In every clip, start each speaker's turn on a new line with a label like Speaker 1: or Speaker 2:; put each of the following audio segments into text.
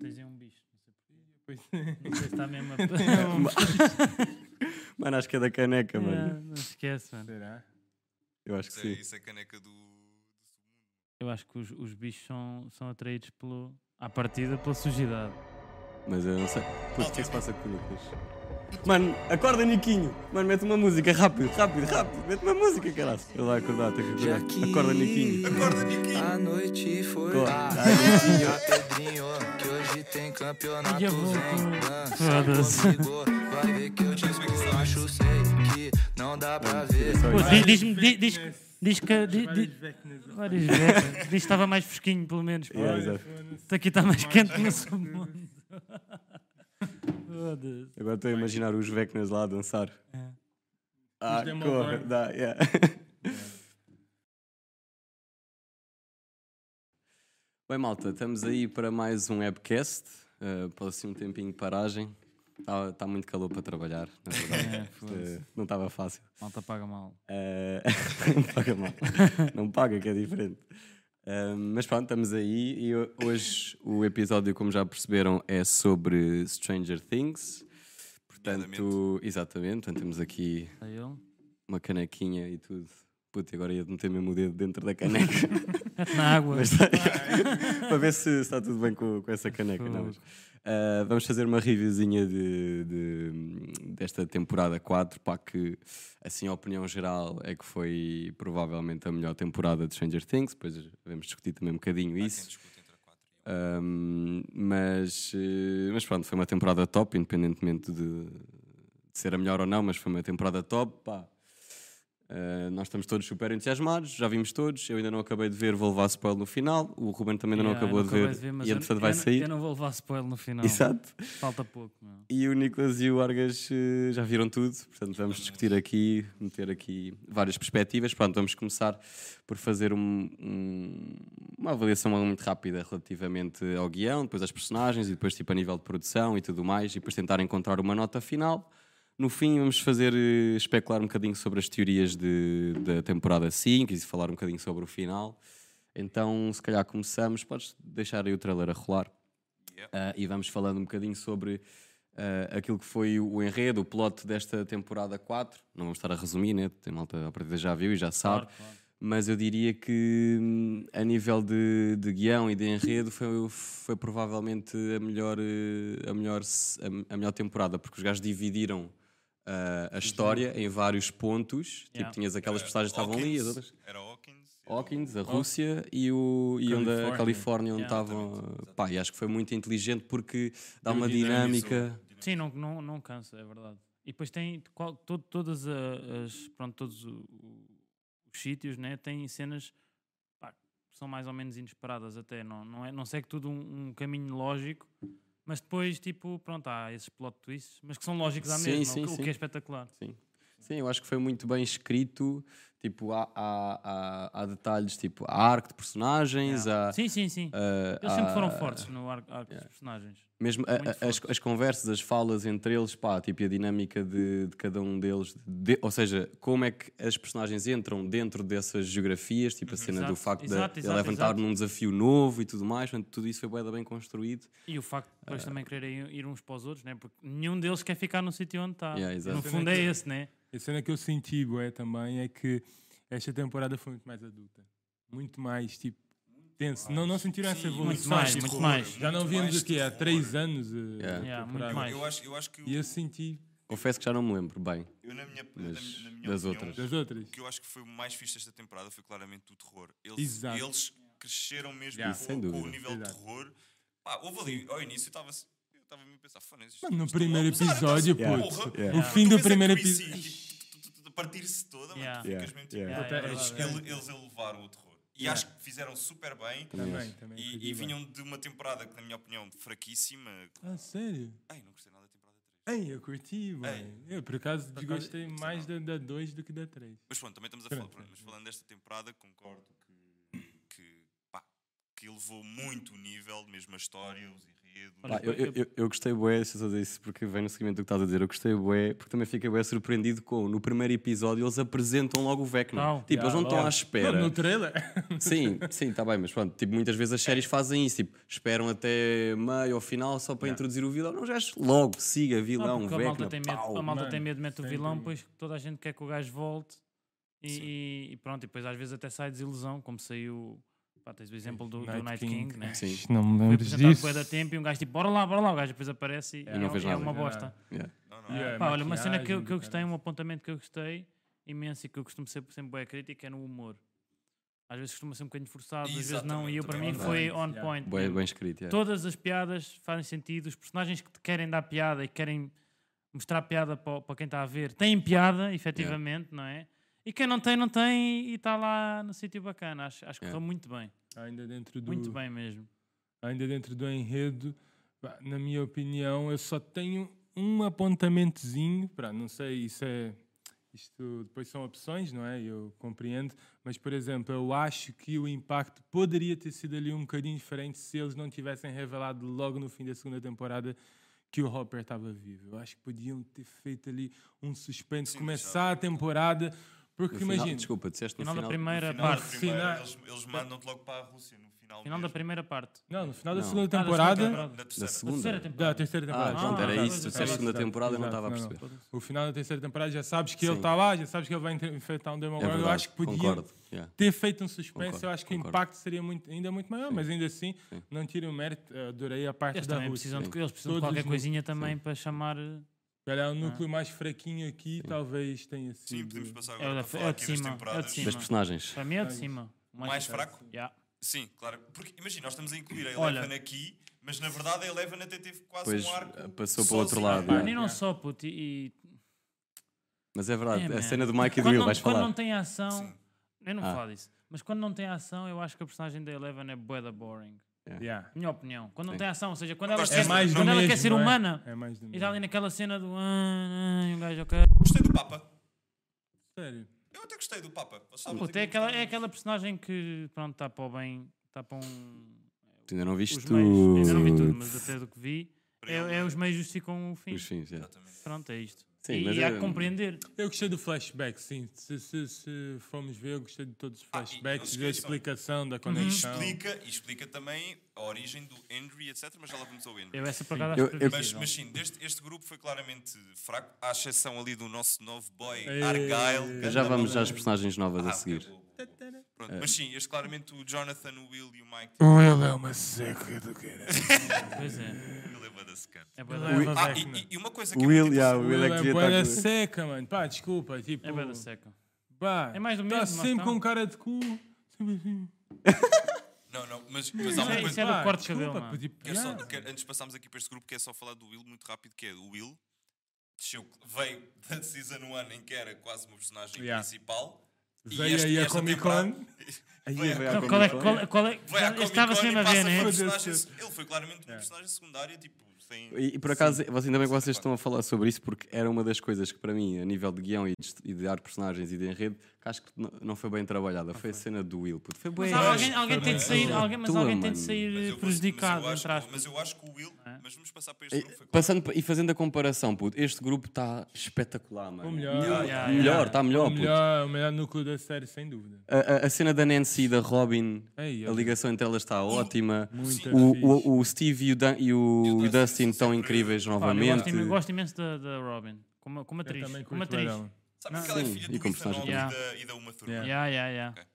Speaker 1: Tens aí um bicho, não sei porquê.
Speaker 2: Pois é.
Speaker 1: Não sei se está mesmo a.
Speaker 3: Mano, acho que é da caneca, um mano.
Speaker 1: É, não esquece, mano.
Speaker 2: Será?
Speaker 3: Eu acho que
Speaker 4: Isso é,
Speaker 3: sim.
Speaker 4: isso é caneca do, do submundo.
Speaker 1: Eu acho que os, os bichos são, são atraídos pelo, à partida pela sujidade.
Speaker 3: Mas eu não sei. Pois o que é que se passa com o Nicolas? Mano, acorda, Niquinho! Mano, mete uma música, rápido, rápido, rápido! Mete uma música, caralho! Ele vai acordar, tem que
Speaker 5: Já
Speaker 3: acordar.
Speaker 5: que
Speaker 3: Acorda, Niquinho!
Speaker 4: Acorda, Niquinho.
Speaker 5: A noite foi
Speaker 3: Claro.
Speaker 5: tarde. Vem cá, Pedrinho, que hoje tem campeonato.
Speaker 1: Ai, eu vou
Speaker 5: Vem,
Speaker 1: com-
Speaker 5: dança
Speaker 1: Foda-se.
Speaker 5: comigo. Vai ver que eu te esculacho. Sei que não dá pra ver.
Speaker 3: é
Speaker 1: Pô, diz- Diz-me, diz, diz, diz que. Diz,
Speaker 2: Várias
Speaker 1: diz,
Speaker 2: vecnas.
Speaker 1: várias vezes. Diz que estava mais fresquinho, pelo menos. pô.
Speaker 3: Yeah, exato.
Speaker 2: foda-se.
Speaker 1: Isto aqui está mais quente no Oh, submundo. Foda-se.
Speaker 3: Agora estou a imaginar os Vecnas lá a dançar.
Speaker 1: É.
Speaker 3: Ah,
Speaker 2: Os Demogorgon.
Speaker 3: corre, dá, yeah. É. Bem, malta, estamos aí para mais um webcast. Uh, próximo tempinho de paragem. Está muito calor para trabalhar, na verdade.
Speaker 1: É,
Speaker 3: Eh,
Speaker 1: foda-se.
Speaker 3: não estava fácil.
Speaker 1: Malta paga mal.
Speaker 3: Eh, não paga mal. Não paga, que é diferente. Eh, mas pronto, estamos aí e ho- hoje o episódio, como já perceberam, é sobre Stranger Things. Portanto, exatamente, portanto, temos aqui
Speaker 1: Está ele?
Speaker 3: uma canequinha e tudo. Puta, agora ia meter mesmo o dedo dentro da caneca
Speaker 1: Mete na água.
Speaker 3: Mas tá- para ver se está tudo bem com, com essa caneca. não, mas, eh, vamos fazer uma reviewzinha de, de- desta temporada 4, para que, assim, a opinião geral é que foi provavelmente a melhor temporada de Stranger Things. Depois vamos discutir também um bocadinho
Speaker 4: Há
Speaker 3: isso.
Speaker 4: quem discute entre a quatro e
Speaker 3: Um, mas, eh, mas pronto, foi uma temporada top, independentemente de, de ser a melhor ou não, mas foi uma temporada top. pá. Eh, nós estamos todos super entusiasmados, já vimos todos. Eu ainda não acabei de ver, vou levar spoiler no final. O Ruben também ainda não
Speaker 1: Yeah,
Speaker 3: acabou de ver,
Speaker 1: acabei mas
Speaker 3: e
Speaker 1: eu-
Speaker 3: entretanto
Speaker 1: eu
Speaker 3: vai
Speaker 1: não-
Speaker 3: sair.
Speaker 1: Eu não vou levar spoiler no final.
Speaker 3: Exato.
Speaker 1: Falta pouco, meu.
Speaker 3: E o Nicolas e o Argas eh, já viram tudo, portanto vamos discutir aqui, meter aqui várias perspectivas. Pronto, vamos começar por fazer um- um- uma avaliação muito rápida relativamente ao guião, depois às personagens e depois tipo a nível de produção e tudo mais, e depois tentar encontrar uma nota final. No fim, vamos fazer eh, especular um bocadinho sobre as teorias de- da temporada 5 e falar um bocadinho sobre o final. Então, se calhar começamos, podes deixar aí o trailer a rolar. Ah, e vamos falando um bocadinho sobre ah, aquilo que foi o enredo, o plot desta temporada 4. Não vamos estar a resumir, né? Tem malta a partida já viu e já sabe.
Speaker 1: Claro, claro.
Speaker 3: Mas eu diria que hum, a nível de, de guião e de enredo foi, foi provavelmente a melhor, eh, a, melhor, se- a- a melhor temporada, porque os gajos dividiram ah, a história em vários pontos.
Speaker 1: Uhum. Yeah. Eh,
Speaker 3: Tipo, tinhas aquelas
Speaker 4: Era
Speaker 3: personagens que estavam ali, as
Speaker 4: Hawkins,
Speaker 3: outras.
Speaker 4: Era Hawkins. era o-
Speaker 3: Hawkins, a Rússia e, o, e onde a
Speaker 1: Califórnia.
Speaker 3: Califórnia, onde
Speaker 1: Yeah.
Speaker 3: estavam. Pá, e acho que foi muito inteligente porque dá
Speaker 2: Deu
Speaker 3: uma
Speaker 2: dinamismo.
Speaker 3: dinâmica.
Speaker 1: Sim, não, não, não cansa, é verdade. E depois tem qual- to- todas a- as, pronto, todos o- o- os sítios, né? Tem cenas pá, que são mais ou menos inesperadas até, não, não, é, não segue tudo um, um caminho lógico, mas depois, tipo, pronto, há esses plot twists, mas que são lógicos à
Speaker 3: Sim,
Speaker 1: mesma,
Speaker 3: sim,
Speaker 1: o, que- o
Speaker 3: sim.
Speaker 1: que é espetacular.
Speaker 3: Sim. Sim, eu acho que foi muito bem escrito. Tipo, há, há, há, há detalhes, tipo, há arco de personagens, há.
Speaker 1: Sim, sim, sim.
Speaker 3: ah,
Speaker 1: Eles sempre foram
Speaker 3: há-
Speaker 1: fortes no arco, arco dos personagens.
Speaker 3: Mesmo a-
Speaker 1: Muito
Speaker 3: a- as,
Speaker 1: fortes.
Speaker 3: as conversas, as falas entre eles, pá, tipo, e a dinâmica de, de cada um deles, de- ou seja, como é que as personagens entram dentro dessas geografias, tipo a cena do
Speaker 1: Uhum. Exato,
Speaker 3: facto de-
Speaker 1: exato,
Speaker 3: de
Speaker 1: exato,
Speaker 3: levantar
Speaker 1: exato.
Speaker 3: num desafio novo e tudo mais, portanto, tudo isso foi bué da bem construído.
Speaker 1: E o facto de
Speaker 3: Ah.
Speaker 1: depois também quererem ir uns para os outros, né? porque nenhum deles quer ficar no sítio onde está.
Speaker 3: Yeah, exato.
Speaker 1: no fundo é esse, né?
Speaker 2: A cena que eu senti, bué, também, é que esta temporada foi muito mais adulta. Muito mais, tipo, tenso. Não, não sentiram essa
Speaker 4: Sim,
Speaker 1: Muito
Speaker 2: evolução.
Speaker 1: mais,
Speaker 2: tipo,
Speaker 1: muito mais.
Speaker 2: Já não vimos
Speaker 4: mais
Speaker 2: o quê? Há
Speaker 4: terror.
Speaker 2: três anos a
Speaker 3: Yeah.
Speaker 2: a
Speaker 1: Yeah, muito
Speaker 2: temporada.
Speaker 1: mais.
Speaker 4: Eu acho, eu
Speaker 3: É.
Speaker 4: acho que. o-
Speaker 2: E eu senti
Speaker 3: Confesso que já não me lembro bem.
Speaker 4: Eu, na minha, na
Speaker 3: Mas
Speaker 4: minha- na minha
Speaker 3: das
Speaker 4: opinião,
Speaker 3: outras.
Speaker 2: das outras.
Speaker 4: O que eu acho que foi o mais fixe desta temporada foi claramente o terror. Eles,
Speaker 2: Exato.
Speaker 4: eles cresceram mesmo
Speaker 2: Yeah.
Speaker 4: com,
Speaker 3: Sem
Speaker 4: com o
Speaker 3: dúvida.
Speaker 4: nível
Speaker 2: Exato.
Speaker 4: de terror. Pá, houve ali, ao início, eu estava assim- eu estava mesmo a pensar, "Fones, isto-
Speaker 2: Mano, no
Speaker 4: isto
Speaker 2: primeiro
Speaker 4: está a abusar,
Speaker 2: episódio,
Speaker 4: está-se-
Speaker 3: puto.
Speaker 4: porra."
Speaker 3: Yeah.
Speaker 2: O
Speaker 4: Tu
Speaker 2: fim do
Speaker 4: vês a
Speaker 2: primeiro
Speaker 4: Chrissy,
Speaker 2: episódio.
Speaker 4: tipo, tu- tu- tu- tu- Partir-se toda, mano,
Speaker 1: Yeah.
Speaker 4: tu ficas mesmo tipo,
Speaker 3: Yeah.
Speaker 1: Yeah, é
Speaker 4: eles,
Speaker 1: verdade, é
Speaker 4: ele- eles elevaram o terror. E
Speaker 2: Yeah.
Speaker 4: acho que fizeram super bem.
Speaker 2: Também, também.
Speaker 4: E,
Speaker 2: curti
Speaker 4: e
Speaker 2: bué.
Speaker 4: vinham de uma temporada que, na minha opinião, fraquíssima.
Speaker 2: Ah, sério?
Speaker 4: Ai, não gostei nada da temporada 3.
Speaker 2: Ei, eu curti, mano.
Speaker 1: É.
Speaker 2: Eu, por acaso,
Speaker 4: acaso,
Speaker 2: gostei mais da- da 2 do que da 3.
Speaker 4: Mas pronto, também estamos a falar,
Speaker 2: Pronto,
Speaker 4: pronto, mas falando desta temporada, concordo que, que, pá, que elevou muito o nível, mesmo a história, os enredos, medo.
Speaker 1: Olha,
Speaker 3: Pá, eu, eu, eu- eu gostei bué, deixa eu só dizer isso porque vem no seguimento do que estás a dizer. Eu gostei bué, porque também fiquei bué surpreendido com no primeiro episódio eles apresentam logo o Vecna.
Speaker 1: Não,
Speaker 3: tipo, eles não
Speaker 2: já,
Speaker 3: estão à
Speaker 2: logo.
Speaker 3: espera.
Speaker 2: No trailer.
Speaker 3: Sim, sim, está bem, mas pronto, tipo, muitas vezes as séries fazem isso, tipo, esperam até meio ou final só para introduzir o vilão. Não, já és logo, siga
Speaker 1: Não,
Speaker 3: vilão,
Speaker 1: porque a malta
Speaker 3: Vecna,
Speaker 1: tem medo,
Speaker 3: um pau.
Speaker 1: a malta
Speaker 2: mano,
Speaker 1: tem medo mete o
Speaker 2: sempre.
Speaker 1: vilão, pois toda a gente quer que o gajo volte e, e- e pronto, e depois às vezes até sai desilusão, como saiu, pá, tens o exemplo do do Night, King, né?
Speaker 3: Sim.
Speaker 2: Não me
Speaker 1: Foi
Speaker 2: lembro
Speaker 1: apresentado
Speaker 2: disso.
Speaker 1: bué da tempo e um gajo tipo, bora lá, bora lá, o gajo depois aparece e,
Speaker 3: E não
Speaker 1: é,
Speaker 3: fez
Speaker 1: é
Speaker 3: nada.
Speaker 1: uma
Speaker 2: Não é
Speaker 1: bosta.
Speaker 2: nada.
Speaker 3: Yeah.
Speaker 4: Não, não.
Speaker 2: Yeah,
Speaker 1: Pá, olha, uma cena que eu,
Speaker 2: maquilhagem,
Speaker 1: que eu
Speaker 2: do
Speaker 1: gostei,
Speaker 2: É caralho.
Speaker 1: um apontamento que eu gostei imenso e que eu costumo sempre, sempre bem crítica é no humor. Às vezes costuma ser um bocadinho forçado, às vezes não, e eu
Speaker 4: Exatamente,
Speaker 1: para
Speaker 4: também
Speaker 1: mim
Speaker 4: é
Speaker 1: foi
Speaker 2: verdade.
Speaker 1: on
Speaker 2: Yeah.
Speaker 1: point.
Speaker 3: Bué,
Speaker 1: mesmo.
Speaker 3: bem escrito, yeah.
Speaker 1: Todas as piadas fazem sentido, os personagens que te querem dar piada e querem mostrar piada para, para quem está a ver têm piada, efetivamente, não é? E quem não tem, não tem e está lá no sítio bacana. Acho, acho que
Speaker 3: Yeah.
Speaker 1: correu muito bem,
Speaker 2: Ainda dentro do,
Speaker 1: muito bem mesmo.
Speaker 2: ainda dentro do enredo, pá, na minha opinião, eu só tenho um apontamentozinho, para não sei, isso é isto depois são opções, não é? Eu compreendo, mas por exemplo, eu acho que o impacto poderia ter sido ali um bocadinho diferente se eles não tivessem revelado logo no fim da segunda temporada que o Hopper estava vivo. Eu acho que podiam ter feito ali um suspense, começar a temporada, porque
Speaker 3: No final-
Speaker 2: imagina,
Speaker 3: desculpa, disseste no
Speaker 1: Final, da
Speaker 3: final.
Speaker 1: primeira
Speaker 4: No final,
Speaker 1: parte.
Speaker 4: do é primeiro,
Speaker 2: Final-
Speaker 4: eles, eles mandam-te logo para a Rússia no final.
Speaker 1: Final da
Speaker 4: mesmo.
Speaker 1: primeira parte.
Speaker 2: não, no final da
Speaker 3: Não.
Speaker 2: segunda
Speaker 1: Ah, da segunda
Speaker 2: temporada,
Speaker 1: temporada.
Speaker 4: Da
Speaker 3: Da
Speaker 4: terceira.
Speaker 1: Da terceira
Speaker 3: segunda.
Speaker 1: temporada.
Speaker 2: Da terceira
Speaker 3: Ah,
Speaker 2: temporada.
Speaker 3: pronto, era
Speaker 1: Ah,
Speaker 3: isso.
Speaker 1: exato,
Speaker 3: Se era a segunda
Speaker 2: exato,
Speaker 3: temporada, eu não
Speaker 2: exato,
Speaker 3: estava a perceber.
Speaker 2: O final da terceira temporada já sabes que ele
Speaker 3: Sim.
Speaker 2: está lá, já sabes que ele vai entre- enfrentar um demogorgon. eu
Speaker 3: É verdade,
Speaker 2: acho que podia
Speaker 3: concordo, yeah.
Speaker 2: ter feito um suspense.
Speaker 3: Concordo,
Speaker 2: eu acho que
Speaker 3: concordo.
Speaker 2: o impacto seria muito- ainda muito maior, mas ainda assim, não tira o mérito. Eu adorei a parte
Speaker 1: Eles
Speaker 2: da
Speaker 1: também
Speaker 2: Rússia.
Speaker 1: precisam de, eles precisam de
Speaker 2: Todos
Speaker 1: qualquer
Speaker 2: os nu-
Speaker 1: coisinha também para chamar. eh,
Speaker 2: Ela é o núcleo mais fraquinho aqui, talvez tenha sido.
Speaker 4: Sim, podemos passar
Speaker 1: É o
Speaker 4: agora
Speaker 1: da-
Speaker 4: para
Speaker 1: é
Speaker 4: falar
Speaker 1: o de
Speaker 4: aqui das
Speaker 1: cima, é o de
Speaker 4: temporadas.
Speaker 1: cima.
Speaker 3: Das personagens.
Speaker 1: Para mim é de cima. O
Speaker 4: Mais fraco?
Speaker 1: Yeah.
Speaker 4: Sim, claro. Porque imagina, nós estamos a incluir a
Speaker 1: Olha.
Speaker 4: Eleven aqui, mas na verdade a Eleven até teve quase
Speaker 3: Pois, é.
Speaker 4: um arco.
Speaker 3: eh, passou para o outro
Speaker 4: sozinha.
Speaker 3: lado,
Speaker 1: Mano,
Speaker 3: Yeah.
Speaker 1: e não só, puto, e- e
Speaker 3: Mas é verdade,
Speaker 1: É,
Speaker 3: a
Speaker 1: man.
Speaker 3: cena do Mike e do
Speaker 1: quando,
Speaker 3: Will,
Speaker 1: não,
Speaker 3: vais
Speaker 1: quando
Speaker 3: falar.
Speaker 1: não tem ação,
Speaker 4: Sim.
Speaker 1: eu não
Speaker 3: Ah.
Speaker 1: vou falar disso, mas quando não tem ação, eu acho que a personagem da Eleven é bué da boring.
Speaker 2: Yeah.
Speaker 1: Minha opinião. Quando não
Speaker 3: Sim.
Speaker 1: tem ação, ou seja, quando
Speaker 4: Não
Speaker 1: ela,
Speaker 4: gosto
Speaker 1: quer,
Speaker 2: É mais do
Speaker 1: quando ela
Speaker 2: mesmo,
Speaker 1: quer ser
Speaker 2: é?
Speaker 1: humana,
Speaker 2: É mais do
Speaker 1: e está ali
Speaker 2: mesmo.
Speaker 1: naquela cena do. Ah, ah, um gajo, ok.
Speaker 4: Gostei do Papa.
Speaker 2: Sério.
Speaker 4: Eu até gostei do Papa. Vocês sabem
Speaker 1: Puta,
Speaker 4: que
Speaker 1: é,
Speaker 4: eu
Speaker 1: aquela,
Speaker 4: gostei
Speaker 2: um-
Speaker 1: é aquela personagem que, pronto, está para o bem, está para um.
Speaker 3: Tu Ainda não viste
Speaker 1: Os meios. Eu não vi tudo,
Speaker 3: tudo.
Speaker 1: mas até do que vi,
Speaker 4: Para
Speaker 1: é,
Speaker 4: ele,
Speaker 1: é
Speaker 4: né?
Speaker 1: os meios justificam o fim.
Speaker 3: Os fins, yeah.
Speaker 4: exatamente.
Speaker 1: Pronto, é isto.
Speaker 3: Sim,
Speaker 1: e
Speaker 3: mas
Speaker 1: há
Speaker 3: é-
Speaker 1: que compreender.
Speaker 2: Eu gostei do flashback, sim. Se, se, se formos ver, eu gostei de todos os
Speaker 4: Ah, e não
Speaker 2: flashbacks,
Speaker 4: se
Speaker 2: da
Speaker 4: esqueçam.
Speaker 2: explicação, da
Speaker 4: E
Speaker 2: conexão.
Speaker 4: Uhum. explica, e explica também a origem do Henry, etc. Mas já lá vamos ao Henry.
Speaker 1: Eu essa por acaso
Speaker 3: Eu-
Speaker 1: acho
Speaker 3: eu-
Speaker 4: Mas,
Speaker 1: previsível.
Speaker 4: mas sim, deste- este grupo foi claramente fraco, à exceção ali do nosso novo boy
Speaker 2: Ei,
Speaker 4: Argyle.
Speaker 3: Mas Já
Speaker 4: Ganda
Speaker 3: vamos
Speaker 4: maluco.
Speaker 3: às personagens novas a
Speaker 4: Ah,
Speaker 3: seguir. É.
Speaker 4: boa, boa, boa. Pronto, Mas sim, este claramente o Jonathan, o Will e o Mike.
Speaker 2: O Will é uma seca do que
Speaker 1: Pois é.
Speaker 4: O Will é bué da secante.
Speaker 1: É bué da-
Speaker 4: Ah, e, e- e uma coisa que é
Speaker 3: Will,
Speaker 4: muito
Speaker 3: yeah, o
Speaker 2: Will
Speaker 3: Will é que
Speaker 2: é
Speaker 3: devia
Speaker 2: bué
Speaker 3: estar
Speaker 2: da
Speaker 3: com-
Speaker 2: seca, mano. Pá, desculpa. Tipo,
Speaker 1: É bué da seca.
Speaker 2: pá,
Speaker 1: É mais do
Speaker 2: tá
Speaker 1: mesmo,
Speaker 2: sempre
Speaker 1: mas
Speaker 2: com
Speaker 1: tá.
Speaker 2: cara de cu. Sempre assim.
Speaker 4: Não, não, mas, mas há uma
Speaker 1: Isso é-
Speaker 4: coisa.
Speaker 1: isso é do
Speaker 2: Pá,
Speaker 1: corte de
Speaker 2: desculpa,
Speaker 1: cabelo, mano.
Speaker 2: tipo,
Speaker 4: Quero só-
Speaker 2: yeah.
Speaker 4: quero- antes de passarmos aqui para este grupo, quero só falar do Will muito rápido, que é o Will. Desceu, veio da Season 1 em que era quase uma personagem
Speaker 2: Yeah.
Speaker 4: principal. E
Speaker 2: Veio
Speaker 4: este-
Speaker 2: aí a
Speaker 4: esta
Speaker 2: Comic
Speaker 4: temporada-
Speaker 2: Con.
Speaker 4: Veio
Speaker 3: veio
Speaker 4: a-
Speaker 3: à
Speaker 1: Não, qual é, qual é, qual é,
Speaker 4: veio à Comic Con
Speaker 1: estava sempre a
Speaker 4: e passa
Speaker 1: ver,
Speaker 4: por
Speaker 1: né? É.
Speaker 2: Foda-se.
Speaker 4: personagem- Ele foi claramente uma personagem secundária, tipo, sem.
Speaker 3: E, e por acaso, vocês, ainda bem que vocês
Speaker 4: Sim.
Speaker 3: estão a falar sobre isso, porque era uma das coisas que, para mim, a nível de guião e de, est- e de ar de personagens e de enredo, que acho que n- não foi bem trabalhada. Foi a cena do Will. puto. Foi
Speaker 1: Mas
Speaker 3: bem.
Speaker 1: há alguém, alguém
Speaker 2: Foi
Speaker 1: tem de
Speaker 2: bem.
Speaker 1: sair, alguém, mas
Speaker 3: Tua,
Speaker 1: alguém tem de
Speaker 3: mano.
Speaker 1: sair
Speaker 4: Mas eu
Speaker 1: eh,
Speaker 4: vou-
Speaker 1: prejudicado,
Speaker 4: mas eu,
Speaker 1: entre
Speaker 4: acho,
Speaker 1: aspas. é?
Speaker 4: mas eu acho que o Will. Mas vamos passar para este
Speaker 3: E-
Speaker 4: grupo. Foi
Speaker 3: Passando pa- e fazendo a comparação, puto, este grupo está espetacular, mano.
Speaker 2: O melhor.
Speaker 3: Melhor,
Speaker 1: Yeah,
Speaker 3: melhor,
Speaker 1: yeah.
Speaker 3: está
Speaker 2: O
Speaker 3: melhor, puto.
Speaker 2: melhor, o melhor núcleo da série, sem dúvida.
Speaker 3: A, a- a cena da Nancy e da Robin,
Speaker 2: Ei,
Speaker 3: a
Speaker 2: olha.
Speaker 3: ligação entre elas está ótima.
Speaker 2: Muito
Speaker 3: O,
Speaker 2: fixe.
Speaker 3: o, o Steve e o, Dan- e o- e o Dustin estão incríveis
Speaker 1: Pá, eu
Speaker 3: novamente.
Speaker 1: gosto, imen- gosto imenso da, da Robin, como, como
Speaker 2: Eu
Speaker 1: atriz.
Speaker 2: também
Speaker 1: Como
Speaker 2: curto
Speaker 1: atriz.
Speaker 2: Barão.
Speaker 4: Sabe que ela é
Speaker 3: Sim,
Speaker 4: filha
Speaker 3: e
Speaker 4: do
Speaker 3: como
Speaker 4: Ethan Hawke
Speaker 3: personagem.
Speaker 4: e
Speaker 1: Yeah.
Speaker 4: da- e da Uma Thurman.
Speaker 1: Yeah,
Speaker 2: Yeah.
Speaker 1: yeah, yeah.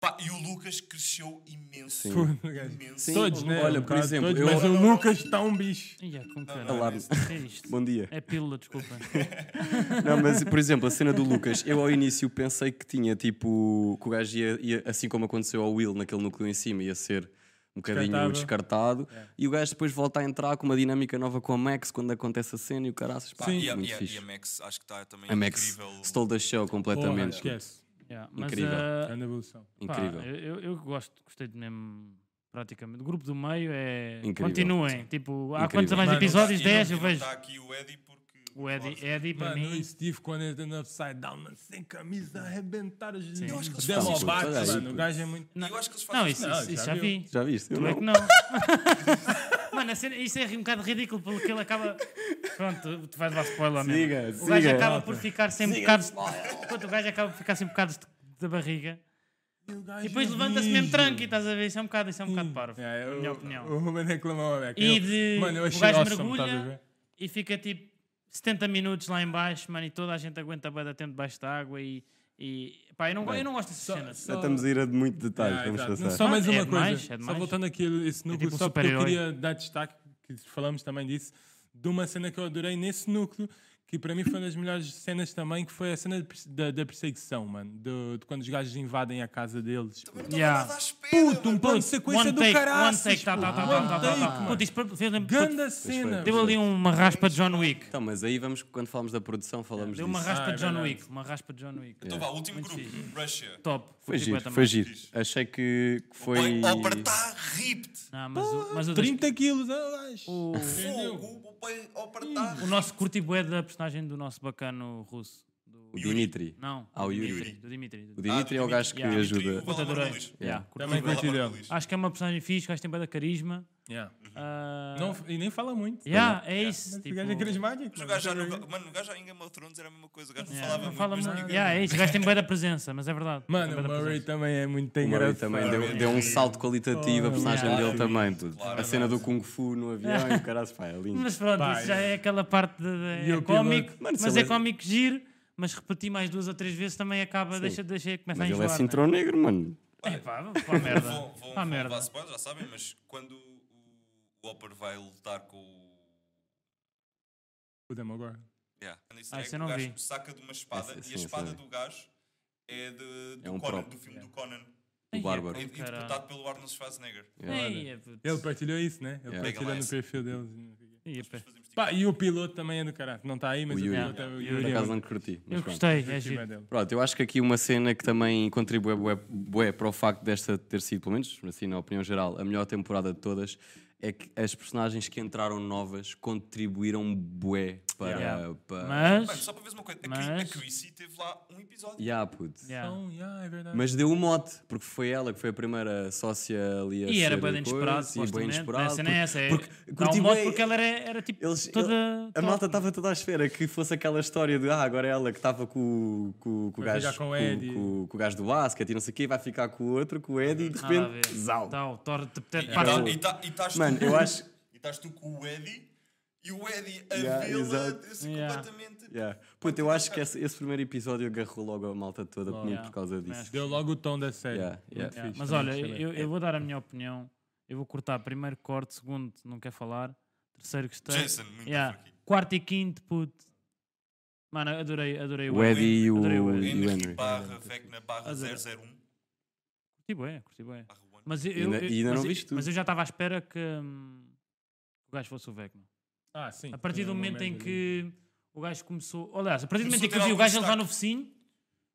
Speaker 4: Pá, e o Lucas cresceu imenso.
Speaker 2: Pô, gajo.
Speaker 4: Imenso.
Speaker 3: Sim,
Speaker 2: Todos, né?
Speaker 3: Olha,
Speaker 2: Um
Speaker 3: por
Speaker 2: bocado
Speaker 3: exemplo,
Speaker 2: todos,
Speaker 3: eu-
Speaker 2: mas o Lucas está um bicho.
Speaker 1: Ia, com caralho.
Speaker 3: Olá.
Speaker 1: É isto.
Speaker 3: Bom dia.
Speaker 1: É pílula, desculpa.
Speaker 3: Não, mas por exemplo, a cena do Lucas, eu ao início pensei que tinha tipo que o gajo ia, ia- assim como aconteceu ao Will naquele núcleo em cima, ia ser um bocadinho
Speaker 2: Descartável.
Speaker 3: descartado e o gajo depois volta a entrar com uma dinâmica nova com a Max quando acontece a cena e o caraças, pá, é
Speaker 4: E, a,
Speaker 3: muito
Speaker 4: e a-
Speaker 3: fixe.
Speaker 4: e a Max, acho que está também
Speaker 3: a Max
Speaker 4: incrível.
Speaker 3: stole the show
Speaker 2: Porra, é,
Speaker 3: completamente.
Speaker 2: esquece.
Speaker 1: Yeah, Mas,
Speaker 3: Incrível.
Speaker 1: eh,
Speaker 2: Grande evolução.
Speaker 1: pá, é-
Speaker 3: Incrível.
Speaker 1: eu, eu- eu gosto, gostei de mesmo, praticamente. O grupo do meio é.
Speaker 3: Incrível.
Speaker 1: Continuem. Tipo, há
Speaker 3: Incrível.
Speaker 1: quantos mais
Speaker 2: Mano,
Speaker 1: episódios?
Speaker 4: E
Speaker 1: 10,
Speaker 4: não-
Speaker 1: eu
Speaker 4: e não tá
Speaker 1: vejo.
Speaker 4: Está aqui o Eddie porque.
Speaker 1: O Eddie, Eddie para
Speaker 2: Mano,
Speaker 1: mim.
Speaker 2: o Steve quando entra no Upside Down, mano, sem camisa, arrebentar os
Speaker 1: Eu acho
Speaker 4: que eles
Speaker 2: Demo
Speaker 3: fazem
Speaker 2: bate,
Speaker 3: isso.
Speaker 2: mano. O gajo é muito...
Speaker 4: Eu acho que eles fazem
Speaker 1: Não, isso,
Speaker 2: Não,
Speaker 1: isso- isso já
Speaker 2: já viu.
Speaker 1: vi.
Speaker 3: Já viste? Eu
Speaker 1: Tu é
Speaker 3: não.
Speaker 1: que não. Mano, Mano, a cena- isso é um bocado ridículo porque ele acaba. Pronto, tu vais lá spoiler mesmo.
Speaker 3: Siga,
Speaker 1: O gajo
Speaker 3: siga.
Speaker 1: acaba por ficar sem bocados. Pronto, o gajo acaba por ficar sem bocados de- da barriga. E
Speaker 2: é
Speaker 1: depois levanta-se mesmo tranqui, estás a ver? Isso é um bocado, isso é um bocado parvo.
Speaker 2: Hum. Yeah,
Speaker 1: na
Speaker 2: eu-
Speaker 1: minha opinião.
Speaker 2: O Ruben reclamou, é que
Speaker 1: E
Speaker 2: eu-
Speaker 1: de-
Speaker 2: Mano, eu
Speaker 1: o
Speaker 2: achei
Speaker 1: gajo
Speaker 2: awesome,
Speaker 1: mergulha.
Speaker 2: estás a ver?
Speaker 1: E fica tipo 70 minutos lá em baixo, mano, e toda a gente aguenta bem da tempo debaixo da água e. e pá, eu não, eu não gosto dessas cenas.
Speaker 3: Já estamos a ir a de muito
Speaker 4: Tá,
Speaker 3: detalhe,
Speaker 2: Yeah,
Speaker 3: vamos
Speaker 2: exato. Não,
Speaker 3: passar.
Speaker 2: Só mais
Speaker 1: É
Speaker 2: uma coisa,
Speaker 1: demais, é
Speaker 2: só
Speaker 1: demais.
Speaker 2: voltando aqui a esse núcleo,
Speaker 1: tipo um
Speaker 2: só porque eu
Speaker 1: super-herói.
Speaker 2: queria dar destaque, que falamos também disso, de uma cena que eu adorei nesse núcleo, que para mim foi uma das melhores cenas também, que foi a cena de perse- da, da perseguição, mano, do- de quando os gajos invadem a casa deles.
Speaker 1: Yeah.
Speaker 4: Dá espera,
Speaker 2: Puto, um
Speaker 4: mano.
Speaker 2: plano de sequência
Speaker 1: one
Speaker 2: do
Speaker 1: take,
Speaker 2: caralho.
Speaker 1: one take, tá, tá, tá, tá, tá, tá, tá. Puta, isso pro- fez lembro- puto,
Speaker 2: Ganda cena.
Speaker 1: Deu ali uma raspa de John Wick.
Speaker 3: Então, mas aí vamos, quando falamos da produção, falamos
Speaker 1: Deu uma
Speaker 3: disso.
Speaker 1: raspa
Speaker 2: Ah, é
Speaker 1: de John
Speaker 2: verdade.
Speaker 1: Wick. Uma raspa de John Wick.
Speaker 4: Então vá, último
Speaker 1: Muito
Speaker 4: grupo. Russia.
Speaker 1: Top.
Speaker 3: Foi
Speaker 1: Fui
Speaker 3: giro,
Speaker 1: também.
Speaker 3: foi giro. Achei que que foi.
Speaker 4: O pai Opera
Speaker 1: tá.
Speaker 4: está ripped.
Speaker 1: Ah, mas o, mas o, das-
Speaker 2: 30 quilos, ah, gajo.
Speaker 1: o,
Speaker 3: um.
Speaker 4: Fogo. O pai tá Opera está
Speaker 1: o nosso curti bué da personagem do nosso bacano russo. Do,
Speaker 3: O Dimitri.
Speaker 1: Não,
Speaker 3: Ah, o
Speaker 1: do
Speaker 3: Yuri.
Speaker 1: Dimitri. Do Dimitri.
Speaker 3: O Dimitri é o gajo que
Speaker 1: Yeah.
Speaker 3: ajuda.
Speaker 1: Puta, adorei. Yeah, curti
Speaker 2: Também
Speaker 1: bué.
Speaker 2: curti dele.
Speaker 1: Acho que é uma personagem fixe, o gajo tem bué da carisma.
Speaker 2: Yeah.
Speaker 1: Ah,
Speaker 2: Não, e nem fala muito.
Speaker 1: yeah, é isso.
Speaker 2: Mas o
Speaker 1: tipo,
Speaker 2: gajo é carismático.
Speaker 4: Mas
Speaker 2: mano,
Speaker 4: o gajo já
Speaker 2: tá
Speaker 4: no,
Speaker 2: bem.
Speaker 4: mano, o gajo já em Game of Thrones era a mesma coisa. O gajo não
Speaker 1: yeah,
Speaker 4: falava
Speaker 1: não
Speaker 4: muito.
Speaker 1: fala
Speaker 4: mas
Speaker 1: muito.
Speaker 4: ninguém-
Speaker 1: Yeah, é isso, o gajo tem bué da presença, mas é verdade.
Speaker 2: Mano,
Speaker 1: Tem
Speaker 2: o
Speaker 1: bué da
Speaker 2: Murray
Speaker 1: presença.
Speaker 2: também é muito
Speaker 3: O Murray
Speaker 2: engraçado.
Speaker 3: também deu, deu um salto qualitativo, a personagem
Speaker 1: Yeah.
Speaker 3: dele também. puto. a cena do Kung Fu no avião e o caralho, pá, é lindo.
Speaker 1: Mas pronto,
Speaker 2: Pá,
Speaker 1: isso já é aquela parte de, de-
Speaker 2: E
Speaker 1: é
Speaker 2: o
Speaker 1: cómico,
Speaker 2: piloto?
Speaker 3: Mano,
Speaker 1: mas
Speaker 3: se
Speaker 1: é
Speaker 3: ele-
Speaker 1: cómico giro, mas repetir mais duas ou três vezes também acaba, deixa, deixa, começa
Speaker 3: Mas
Speaker 1: a
Speaker 3: ele é
Speaker 1: enjoar. né?
Speaker 3: cintrão negro, mano.
Speaker 1: É pá, vamos para a merda.
Speaker 4: Vão, vão,
Speaker 1: para a
Speaker 4: vão
Speaker 1: Ah, merda.
Speaker 4: levar spoilers, já sabem, mas quando o, o Hopper vai lutar com o.
Speaker 2: O Demogorgon.
Speaker 4: Yeah. quando isso
Speaker 1: Ah,
Speaker 4: é
Speaker 1: isso
Speaker 4: que
Speaker 1: eu
Speaker 4: o
Speaker 1: não
Speaker 4: gajo
Speaker 1: vi.
Speaker 4: saca de uma espada
Speaker 3: Esse-
Speaker 4: e
Speaker 3: sim,
Speaker 4: a
Speaker 3: esse
Speaker 4: espada
Speaker 3: eu vi.
Speaker 4: do gajo é, de, do,
Speaker 3: É um
Speaker 4: Conan,
Speaker 3: prop.
Speaker 4: do filme do Conan,
Speaker 1: Ai, é,
Speaker 3: Bárbaro.
Speaker 1: pá,
Speaker 4: e
Speaker 1: caralho.
Speaker 4: interpretado pelo Arnold Schwarzenegger.
Speaker 1: Ai, é, putz.
Speaker 2: Ele partilhou isso, né? Ele
Speaker 3: Yeah.
Speaker 2: partilhou
Speaker 4: Pega lá
Speaker 2: no
Speaker 4: esse.
Speaker 2: perfil dele.
Speaker 1: Ai, é, pá.
Speaker 4: Fazemos tipo-
Speaker 2: Pá, e o piloto também é do caralho. Não está aí, mas
Speaker 3: O
Speaker 2: o,
Speaker 3: Yuri.
Speaker 2: piloto é o
Speaker 1: Yeah.
Speaker 2: Yuri.
Speaker 3: Por
Speaker 2: é
Speaker 3: acaso
Speaker 2: muito
Speaker 3: não curti. mas
Speaker 1: Eu
Speaker 3: pronto.
Speaker 1: gostei, é
Speaker 2: acima
Speaker 1: giro.
Speaker 2: dele.
Speaker 3: Pronto, eu acho que aqui uma cena que também contribui bué, bué para o facto desta ter sido, pelo menos assim na opinião geral, a melhor temporada de todas, é que as personagens que entraram novas contribuíram bué para...
Speaker 1: Yeah.
Speaker 3: para...
Speaker 4: Mano,
Speaker 1: Mas,
Speaker 4: só para veres uma coisa, a,
Speaker 1: Mas-
Speaker 4: Cri- a Chrissy teve lá um episódio.
Speaker 3: Yeah, puto.
Speaker 1: yeah.
Speaker 2: Então, yeah, é verdade.
Speaker 3: Mas deu o mote, porque foi ela que foi a primeira sócia ali a
Speaker 1: e era
Speaker 3: ser
Speaker 1: bem
Speaker 3: coisa,
Speaker 1: inesperado,
Speaker 3: e bem
Speaker 1: supostamente.
Speaker 3: inesperado,
Speaker 1: a cena é essa, é.
Speaker 3: porque-
Speaker 1: dá
Speaker 3: curti
Speaker 1: um modo
Speaker 3: bué-
Speaker 1: porque ela era, era tipo
Speaker 3: Eles-
Speaker 1: toda.
Speaker 3: A malta tá estava toda à espera que fosse aquela história de ah, agora ela que estava com, o- com, o- com o
Speaker 2: Vai
Speaker 3: gajo
Speaker 2: ficar com o
Speaker 3: com-
Speaker 2: Eddie.
Speaker 3: com- com o gajo do basquete e não sei o quê, vai ficar com o outro, com o Eddie e de repente, zau.
Speaker 1: Tal, torre,
Speaker 4: E tá- E
Speaker 1: parte.
Speaker 4: tá- e estás
Speaker 3: Mano,
Speaker 4: tu-
Speaker 3: eu acho-
Speaker 4: E estás tu com o Eddie e o Eddie a
Speaker 3: Yeah,
Speaker 4: vê-la
Speaker 3: exato.
Speaker 4: assim,
Speaker 1: Yeah.
Speaker 4: completamente.
Speaker 3: Yeah. Puta, eu acho que esse, esse primeiro episódio agarrou logo a malta toda muito
Speaker 1: Yeah.
Speaker 3: por causa
Speaker 1: Também
Speaker 3: disso.
Speaker 1: acho
Speaker 2: Deu logo o tom da série.
Speaker 3: Yeah, yeah.
Speaker 2: Muito fixe,
Speaker 1: Mas
Speaker 2: também
Speaker 1: olha,
Speaker 2: gostei
Speaker 1: eu, eu vou dar a minha opinião. Eu vou cortar primeiro corte, segundo não quer falar, terceiro gostei.
Speaker 4: Jason, muito
Speaker 1: Então, Yeah.
Speaker 4: fraquinho.
Speaker 1: Quarto e quinto, puto. Mano, adorei, adorei
Speaker 3: O Eddie e o,
Speaker 1: Adorei o
Speaker 3: e o
Speaker 1: Eddie.
Speaker 4: Henry
Speaker 3: Henry.
Speaker 4: barra Vecna barra
Speaker 1: Adorei.
Speaker 4: 001
Speaker 1: Curti bué, curti bué.
Speaker 4: barra 1.
Speaker 1: Mas eu,
Speaker 3: E ainda-
Speaker 1: eu-
Speaker 3: e ainda
Speaker 1: mas
Speaker 3: não
Speaker 1: eu-
Speaker 3: viste tudo.
Speaker 1: mas eu já estava à espera que hum, o gajo fosse o Vecna.
Speaker 2: Ah, sim.
Speaker 1: A partir
Speaker 2: Tem
Speaker 1: do
Speaker 2: um
Speaker 1: momento em
Speaker 2: ali.
Speaker 1: que o gajo começou. Aliás, a partir do momento
Speaker 4: Começou
Speaker 1: em
Speaker 4: a
Speaker 1: que eu
Speaker 4: ter
Speaker 1: vi o
Speaker 4: algum
Speaker 1: gajo a levar
Speaker 4: destaque.
Speaker 1: no focinho,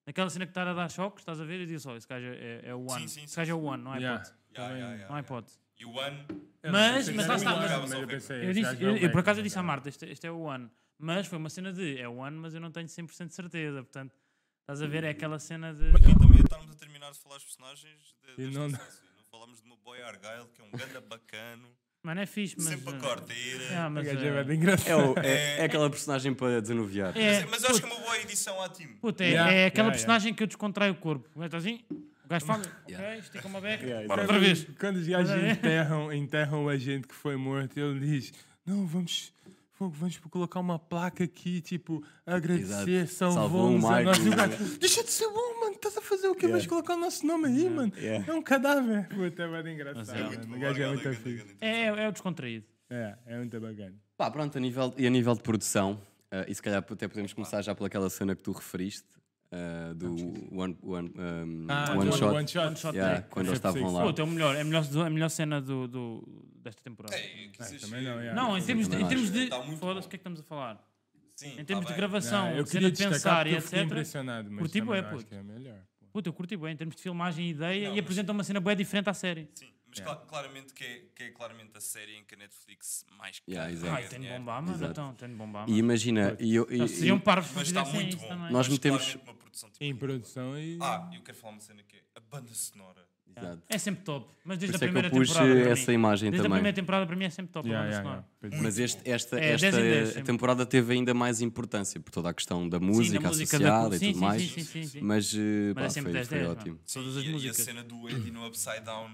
Speaker 1: naquela cena que está a dar choques, estás a ver? Eu disse: Ó, esse gajo é, é o One.
Speaker 4: Sim, sim,
Speaker 1: esse
Speaker 4: sim,
Speaker 1: gajo é o One, não há
Speaker 2: Yeah.
Speaker 1: hipótese.
Speaker 4: Yeah, yeah, yeah,
Speaker 1: Não há
Speaker 4: yeah.
Speaker 1: hipótese.
Speaker 4: E o One
Speaker 2: Eu
Speaker 1: Mas-
Speaker 2: pensei
Speaker 1: mas
Speaker 2: que
Speaker 1: lá está,
Speaker 2: era o
Speaker 1: mas-
Speaker 2: Batman, eu pensei,
Speaker 1: Eu,
Speaker 2: esse
Speaker 1: disse,
Speaker 2: gajo é o
Speaker 1: eu- eu por
Speaker 2: Batman,
Speaker 1: acaso eu disse à
Speaker 2: cara.
Speaker 1: Marta, este, este é o One. Mas foi uma cena de é o One, mas eu não tenho 100% de certeza. Portanto, estás a ver? É aquela cena de.
Speaker 4: E também estamos a terminar de falar os personagens de,
Speaker 2: E
Speaker 4: desta
Speaker 2: não-
Speaker 4: série. Não falámos de uma boy Argyle que é um ganda bacano,
Speaker 1: Mano, é fixe, mas.
Speaker 4: sempre a corteira.
Speaker 1: Ah, mas,
Speaker 2: O gajo é
Speaker 1: eh,
Speaker 2: bem engraçado.
Speaker 3: É, o- é- é aquela personagem para desanuviar.
Speaker 1: é,
Speaker 4: Mas eu acho que é uma boa edição à time.
Speaker 1: puta, é,
Speaker 2: Yeah,
Speaker 1: é
Speaker 2: yeah,
Speaker 1: aquela
Speaker 2: yeah.
Speaker 1: personagem que eu descontraio o corpo. O gajo está assim, o gajo fala, ok, estica uma beca.
Speaker 3: Yeah,
Speaker 1: bora
Speaker 3: exato.
Speaker 1: outra vez.
Speaker 2: Quando os gajos
Speaker 1: Olha aí.
Speaker 2: enterram, enterram a gente que foi morto, ele diz: Não, vamos. fogo, Vamos colocar uma placa aqui, tipo, agradecer,
Speaker 3: Exato.
Speaker 2: salvou-nos
Speaker 3: Salvou o
Speaker 2: a nós. E o
Speaker 3: Michael,
Speaker 2: gajo, deixa de ser bom, mano, estás a fazer o quê?
Speaker 3: Yeah.
Speaker 2: Vais colocar o nosso nome aí, mano?
Speaker 3: Yeah.
Speaker 2: É um cadáver. Puta, é muito engraçado.
Speaker 1: é
Speaker 2: mano.
Speaker 4: Muito
Speaker 2: o
Speaker 4: boa
Speaker 2: gajo é
Speaker 4: Argyle,
Speaker 2: muito
Speaker 4: ganda,
Speaker 2: fixe.
Speaker 4: ganda
Speaker 1: É, é, é o descontraído.
Speaker 2: É, é muito bacana.
Speaker 3: Pá, pronto, a nível, e a nível de produção, eh, e se calhar até podemos começar já pelaquela cena que tu referiste, eh, do One, one, um, one
Speaker 2: Ah, do
Speaker 3: Shot.
Speaker 2: One Shot.
Speaker 1: Ah, então, shot.
Speaker 3: Yeah,
Speaker 1: É,
Speaker 3: quando eles
Speaker 2: foi
Speaker 3: estavam lá.
Speaker 1: Puta, é o melhor, é a melhor, a melhor cena do, do- desta temporada.
Speaker 4: É, que
Speaker 2: Também não,
Speaker 4: seja-
Speaker 2: yeah.
Speaker 1: Não, em termos de. Em termos de
Speaker 4: Tá muito
Speaker 1: Foda-se,
Speaker 4: bom.
Speaker 1: o que é que estamos a falar?
Speaker 4: Sim,
Speaker 1: Em termos
Speaker 4: tá
Speaker 1: de
Speaker 4: bem.
Speaker 1: gravação,
Speaker 2: Não, eu
Speaker 1: cena
Speaker 2: queria
Speaker 1: de
Speaker 2: destacar
Speaker 1: é pensar e
Speaker 2: porque eu fiquei
Speaker 1: etc.
Speaker 2: impressionado, mas
Speaker 1: Curti
Speaker 2: também
Speaker 1: bué,
Speaker 2: acho
Speaker 1: puto.
Speaker 2: que é melhor. pô.
Speaker 1: Puta, eu curti bem, em termos de filmagem e ideia, e
Speaker 4: Não, mas-
Speaker 1: apresenta uma cena bem diferente à série.
Speaker 4: Sim, mas cla- claramente que é, que é claramente a série em que a Netflix mais que
Speaker 3: Yeah, exato.
Speaker 1: Ai,
Speaker 4: é.
Speaker 1: tem de bombar, mano. Então, tem de bombar,
Speaker 3: E
Speaker 1: mano.
Speaker 3: imagina, e, eu- e-
Speaker 1: Não, seriam parvos se
Speaker 4: Mas está
Speaker 1: fizessem
Speaker 4: muito
Speaker 1: isso
Speaker 4: bom.
Speaker 1: também.
Speaker 3: Nós
Speaker 4: Mas
Speaker 3: metemos-
Speaker 1: Ah,
Speaker 4: claramente uma produção tipo
Speaker 2: Em
Speaker 4: incrível.
Speaker 2: produção e.
Speaker 4: Ah, eu quero falar uma cena que é a banda sonora.
Speaker 3: Exato.
Speaker 1: É sempre top. Mas
Speaker 3: Por
Speaker 1: desde a
Speaker 3: isso é que eu
Speaker 1: primeira
Speaker 3: pus
Speaker 1: temporada. para
Speaker 3: essa
Speaker 1: mim.
Speaker 3: imagem
Speaker 1: Desde a
Speaker 3: também.
Speaker 1: primeira temporada para mim é sempre top. a
Speaker 2: Yeah,
Speaker 1: banda
Speaker 2: yeah,
Speaker 1: sonora.
Speaker 2: yeah. Pois
Speaker 3: Mas este- esta,
Speaker 1: É,
Speaker 3: esta
Speaker 1: 10 em 10 sempre.
Speaker 3: temporada teve ainda mais importância por toda a questão da
Speaker 1: Sim,
Speaker 3: música,
Speaker 1: da música da
Speaker 3: associada
Speaker 1: cor-
Speaker 3: e
Speaker 1: sim,
Speaker 3: tudo
Speaker 1: sim,
Speaker 3: mais.
Speaker 1: Sim, sim, sim, sim.
Speaker 3: Mas, eh, pá,
Speaker 1: Mas é sempre
Speaker 3: foi,
Speaker 1: 10,
Speaker 3: foi
Speaker 1: 10,
Speaker 3: ótimo.
Speaker 1: pá. Todas as
Speaker 4: e, a-
Speaker 1: músicas.
Speaker 4: E a cena do Eddie no Upside Down.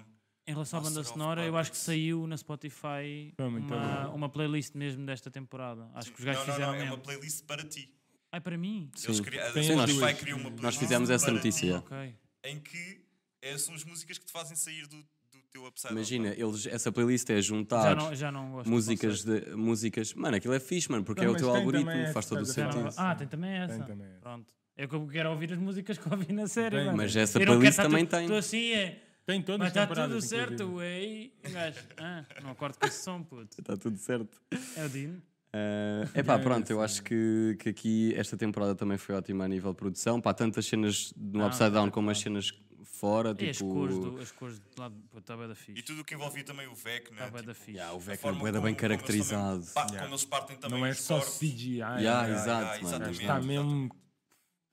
Speaker 1: Em relação à
Speaker 4: Master
Speaker 1: banda
Speaker 4: of
Speaker 1: sonora, eu
Speaker 4: Puppets.
Speaker 1: acho que saiu na Spotify
Speaker 2: Foi muito
Speaker 1: uma,
Speaker 2: bom.
Speaker 1: uma playlist mesmo desta temporada. Acho que os gajos
Speaker 4: não, não,
Speaker 1: fizeram
Speaker 4: não, é uma
Speaker 1: mesmo.
Speaker 4: playlist para ti.
Speaker 1: Ai, para mim?
Speaker 4: Eles
Speaker 3: Sim.
Speaker 4: criaram,
Speaker 2: Tem
Speaker 4: a
Speaker 3: as
Speaker 4: Spotify
Speaker 2: duas.
Speaker 4: criou uma playlist
Speaker 3: Nós fizemos essa
Speaker 4: para
Speaker 3: notícia.
Speaker 4: ti,
Speaker 1: Ok.
Speaker 4: Em que é, são as músicas que te fazem sair do, do teu Upside
Speaker 3: Imagina,
Speaker 4: Down.
Speaker 3: eles, essa playlist é
Speaker 1: Já
Speaker 3: juntar
Speaker 1: não, já não gosto. do
Speaker 3: músicas,
Speaker 1: conceito.
Speaker 3: de, músicas. Mano, aquilo é fixe, mano, porque
Speaker 2: Não,
Speaker 3: é o
Speaker 2: mas
Speaker 3: teu
Speaker 2: tem
Speaker 3: algoritmo,
Speaker 2: também
Speaker 3: faz
Speaker 2: essa,
Speaker 3: todo o
Speaker 2: já
Speaker 1: Já não-
Speaker 3: sentido.
Speaker 2: Sim,
Speaker 1: Ah,
Speaker 2: sim.
Speaker 1: tem também essa.
Speaker 2: também essa.
Speaker 1: Pronto. É que eu quero ouvir as músicas que ouvi na série.
Speaker 2: Tem,
Speaker 1: mano.
Speaker 3: Mas essa
Speaker 1: Eu não quero
Speaker 3: playlist
Speaker 1: estar
Speaker 3: também
Speaker 1: tudo-
Speaker 3: tem.
Speaker 1: tô assim, é.
Speaker 2: Tem todas
Speaker 1: Mas
Speaker 2: as
Speaker 1: está
Speaker 2: temporadas,
Speaker 1: tudo
Speaker 2: inclusive.
Speaker 1: certo, ué. Um gajo, ah, não acordo com esse som, puto.
Speaker 3: Está
Speaker 2: Tá
Speaker 3: tudo certo.
Speaker 1: É o Dino.
Speaker 3: É epá, pronto, eu acho que, que aqui esta temporada também foi ótima a nível de produção. Pá, tanto as cenas no
Speaker 1: Ah,
Speaker 3: Upside Down
Speaker 1: claro,
Speaker 3: como as cenas fora.
Speaker 1: E as cores
Speaker 3: Tipo,
Speaker 1: do, as cores do lado. Pô, está bem da fixe.
Speaker 4: E tudo o que envolvia também o VEC, né?
Speaker 1: Está bem
Speaker 4: Tipo,
Speaker 1: Ah, da fixe.
Speaker 3: yeah, Ah, o
Speaker 4: a
Speaker 3: Vecna
Speaker 4: forma
Speaker 3: bué da bem
Speaker 4: como- como eles também
Speaker 3: caracterizado.
Speaker 4: pa-
Speaker 2: Yeah.
Speaker 4: Como eles partem também
Speaker 2: Não é
Speaker 4: os
Speaker 2: só
Speaker 4: corpos.
Speaker 2: CGI.
Speaker 3: Yeah,
Speaker 2: é,
Speaker 3: exato,
Speaker 4: yeah,
Speaker 3: mano.
Speaker 4: exatamente.
Speaker 2: Está mesmo.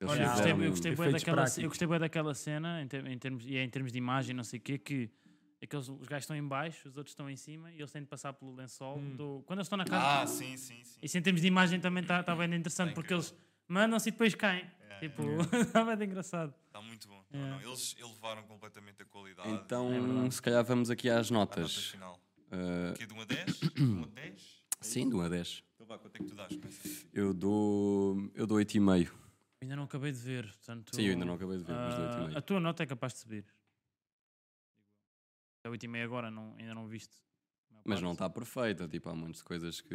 Speaker 3: Eles
Speaker 1: Olha, eu
Speaker 2: Fizeram
Speaker 1: gostei, eu
Speaker 3: fizeram-
Speaker 1: gostei bué
Speaker 2: efeitos
Speaker 1: daquela, ce-
Speaker 2: práticos.
Speaker 1: eu gostei bué daquela cena, em, ter- em termos, e é em termos de imagem, não sei o quê, que aqueles, os gajos estão em baixo, os outros estão em cima, e eles têm de passar pelo lençol. do- quando eles estão na casa...
Speaker 4: Ah, sim, sim, sim.
Speaker 1: Isso em termos de imagem também está tá bem interessante,
Speaker 4: Tá
Speaker 1: porque
Speaker 4: incrível.
Speaker 1: eles mandam-se e depois caem. tipo, está bem de engraçado.
Speaker 4: Está Tá muito bom. Não, não, eles elevaram completamente a qualidade.
Speaker 3: Então, se calhar vamos aqui às
Speaker 4: a nota
Speaker 3: notas.
Speaker 4: final.
Speaker 3: Ah,
Speaker 4: Aqui de 1 a 10? De 1 a 10?
Speaker 3: sim, de 1 a 10.
Speaker 4: Então vá, quanto é que tu dás? Começa.
Speaker 3: Eu dou, eu dou 8,5.
Speaker 1: Ainda não acabei de ver, portanto...
Speaker 3: Sim, eu ainda não acabei de ver, mas dou
Speaker 1: ah,
Speaker 3: 8,5.
Speaker 1: a tua nota é capaz de subir. É 8,5 agora, não, ainda não viste.
Speaker 3: Mas não está perfeita, tipo, há um monte de coisas que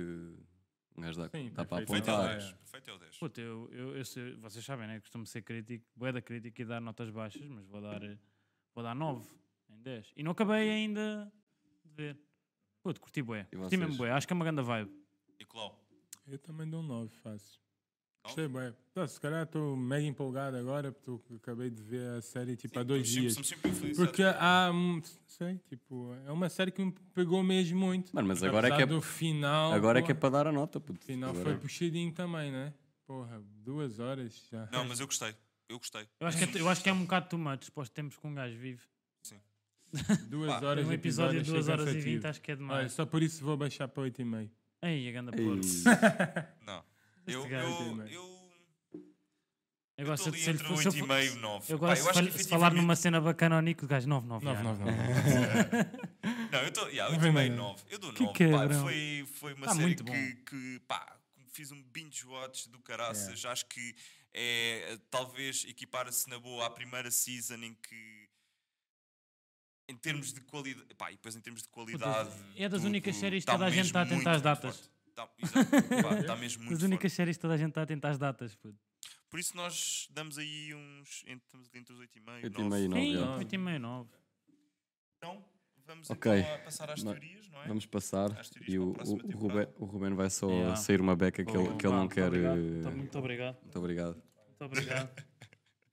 Speaker 3: um gajo dá,
Speaker 2: Sim,
Speaker 3: dá para
Speaker 2: perfeito.
Speaker 4: Perfeito é o
Speaker 2: Tá.
Speaker 3: apontar.
Speaker 4: 10. Perfeito é o 10.
Speaker 1: Puta, eu, eu, eu sei- vocês sabem, né? Costumo ser crítico, boé da crítica e dar notas baixas, mas vou dar, eh, vou dar 9 em 10. E não acabei ainda de ver. Puto, curti bué.
Speaker 3: E
Speaker 1: Curti mesmo
Speaker 3: vocês?
Speaker 1: bué. Acho que é uma grande vibe.
Speaker 4: Nicolau,
Speaker 2: Eu também dou um 9, fácil. Gostei bem. Tá, se calhar estou mega empolgado agora, porque eu acabei de ver a série tipo há dois dias.
Speaker 4: somos sempre- somos sempre infelizes.
Speaker 2: Porque há, um, sei, tipo, é uma série que me pegou mesmo muito.
Speaker 3: Mano, mas
Speaker 2: Porque
Speaker 3: agora é que
Speaker 2: apesar
Speaker 3: é-
Speaker 2: do final,
Speaker 3: Agora é
Speaker 2: pô,
Speaker 3: que é para dar a nota, puto.
Speaker 2: o final
Speaker 3: Agora- é-
Speaker 2: foi puxadinho também, né? Porra, duas horas já.
Speaker 4: Não, mas eu gostei. Eu gostei.
Speaker 1: Eu acho que é, eu acho que é um bocado too much para os tempos que um gajo vive.
Speaker 2: Duas
Speaker 4: Pá,
Speaker 2: horas
Speaker 1: Um
Speaker 2: de
Speaker 1: episódio de
Speaker 2: achei
Speaker 1: 2 horas e
Speaker 2: cansativo.
Speaker 1: 20 acho que é
Speaker 2: Olha,
Speaker 1: demais.
Speaker 2: só por isso vou baixar para 8,5.
Speaker 1: Ei, a ganda
Speaker 3: Ei,
Speaker 1: porra.
Speaker 4: Não. Eu,
Speaker 1: gajo
Speaker 2: tem
Speaker 4: eu,
Speaker 2: meio.
Speaker 4: eu,
Speaker 1: Eu
Speaker 4: eu
Speaker 1: gosto
Speaker 4: estou
Speaker 1: de
Speaker 4: ali
Speaker 1: se ele
Speaker 4: entre
Speaker 1: fosse- se
Speaker 4: 8
Speaker 1: eu
Speaker 4: e
Speaker 1: for-
Speaker 4: meio e 9.
Speaker 1: Eu gosto
Speaker 4: é
Speaker 1: de fal- se falar numa cena bacana ao Nico, o gajo 9, 9.
Speaker 2: 9, 9, 9.
Speaker 4: Não, eu estou... Yeah,
Speaker 2: Não
Speaker 4: 8 e
Speaker 2: vem
Speaker 4: meio,
Speaker 2: bem, não.
Speaker 4: 9. Eu dou
Speaker 1: é Que
Speaker 4: 9.
Speaker 1: quebrão.
Speaker 4: foi, foi uma
Speaker 1: Tá
Speaker 4: série
Speaker 1: muito bom.
Speaker 4: que, que, pá, fiz um binge-watch do caraças. Acho que é, talvez equipara-se na boa à primeira season em que... Em termos de qualidade... Pá, e depois em termos de qualidade...
Speaker 1: é das
Speaker 4: tudo
Speaker 1: únicas séries que
Speaker 4: tá
Speaker 1: toda a gente
Speaker 4: mesmo
Speaker 1: está a tentar
Speaker 4: muito,
Speaker 1: as
Speaker 4: muito
Speaker 1: datas.
Speaker 4: forte. Tá, exato, pá, tá mesmo muito
Speaker 1: As
Speaker 4: forte.
Speaker 1: únicas séries que toda a gente está a tentar as datas, puto.
Speaker 4: Por isso nós damos aí uns... ent- Estamos ali entre os 8 e meio,
Speaker 3: 8,5 e
Speaker 4: 9.
Speaker 3: 9.
Speaker 1: Sim,
Speaker 3: já.
Speaker 1: 8,5, 9.
Speaker 4: Então, vamos
Speaker 3: Ok.
Speaker 4: então a passar às
Speaker 3: Ma-
Speaker 4: teorias, não é?
Speaker 3: Vamos passar.
Speaker 4: Acho que
Speaker 3: E
Speaker 4: isto
Speaker 3: o,
Speaker 4: para a próxima
Speaker 3: o, Ruben,
Speaker 4: temporada.
Speaker 3: o Ruben vai só
Speaker 1: Yeah.
Speaker 3: sair uma beca que ele, que ele não
Speaker 1: Muito
Speaker 3: quer.
Speaker 1: obrigado.
Speaker 3: eh,
Speaker 1: Tá, Muito obrigado.
Speaker 3: Muito obrigado.
Speaker 1: Muito obrigado.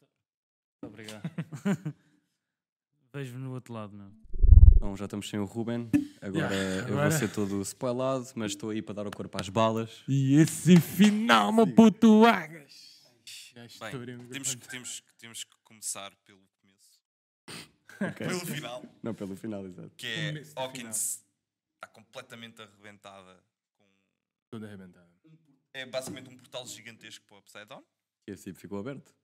Speaker 1: Muito obrigado. Vejo-me no outro lado, meu.
Speaker 3: Então já estamos sem o Ruben. Agora eu vou
Speaker 2: agora-
Speaker 3: ser todo spoilado, mas estou aí para dar o corpo às balas.
Speaker 2: E esse final, meu puto é. Agas! Já
Speaker 4: Bem,
Speaker 2: estourei o
Speaker 4: temos,
Speaker 2: microfone.
Speaker 4: que, temos, que, temos que começar pelo começo.
Speaker 3: Ok.
Speaker 4: Pelo final.
Speaker 3: Não, pelo final, exato.
Speaker 4: Que é
Speaker 2: Começo do
Speaker 4: Hawkins está completamente arrebentada. Com,
Speaker 2: Tudo arrebentado.
Speaker 4: é basicamente um portal gigantesco para o Upside Down.
Speaker 3: E assim ficou aberto.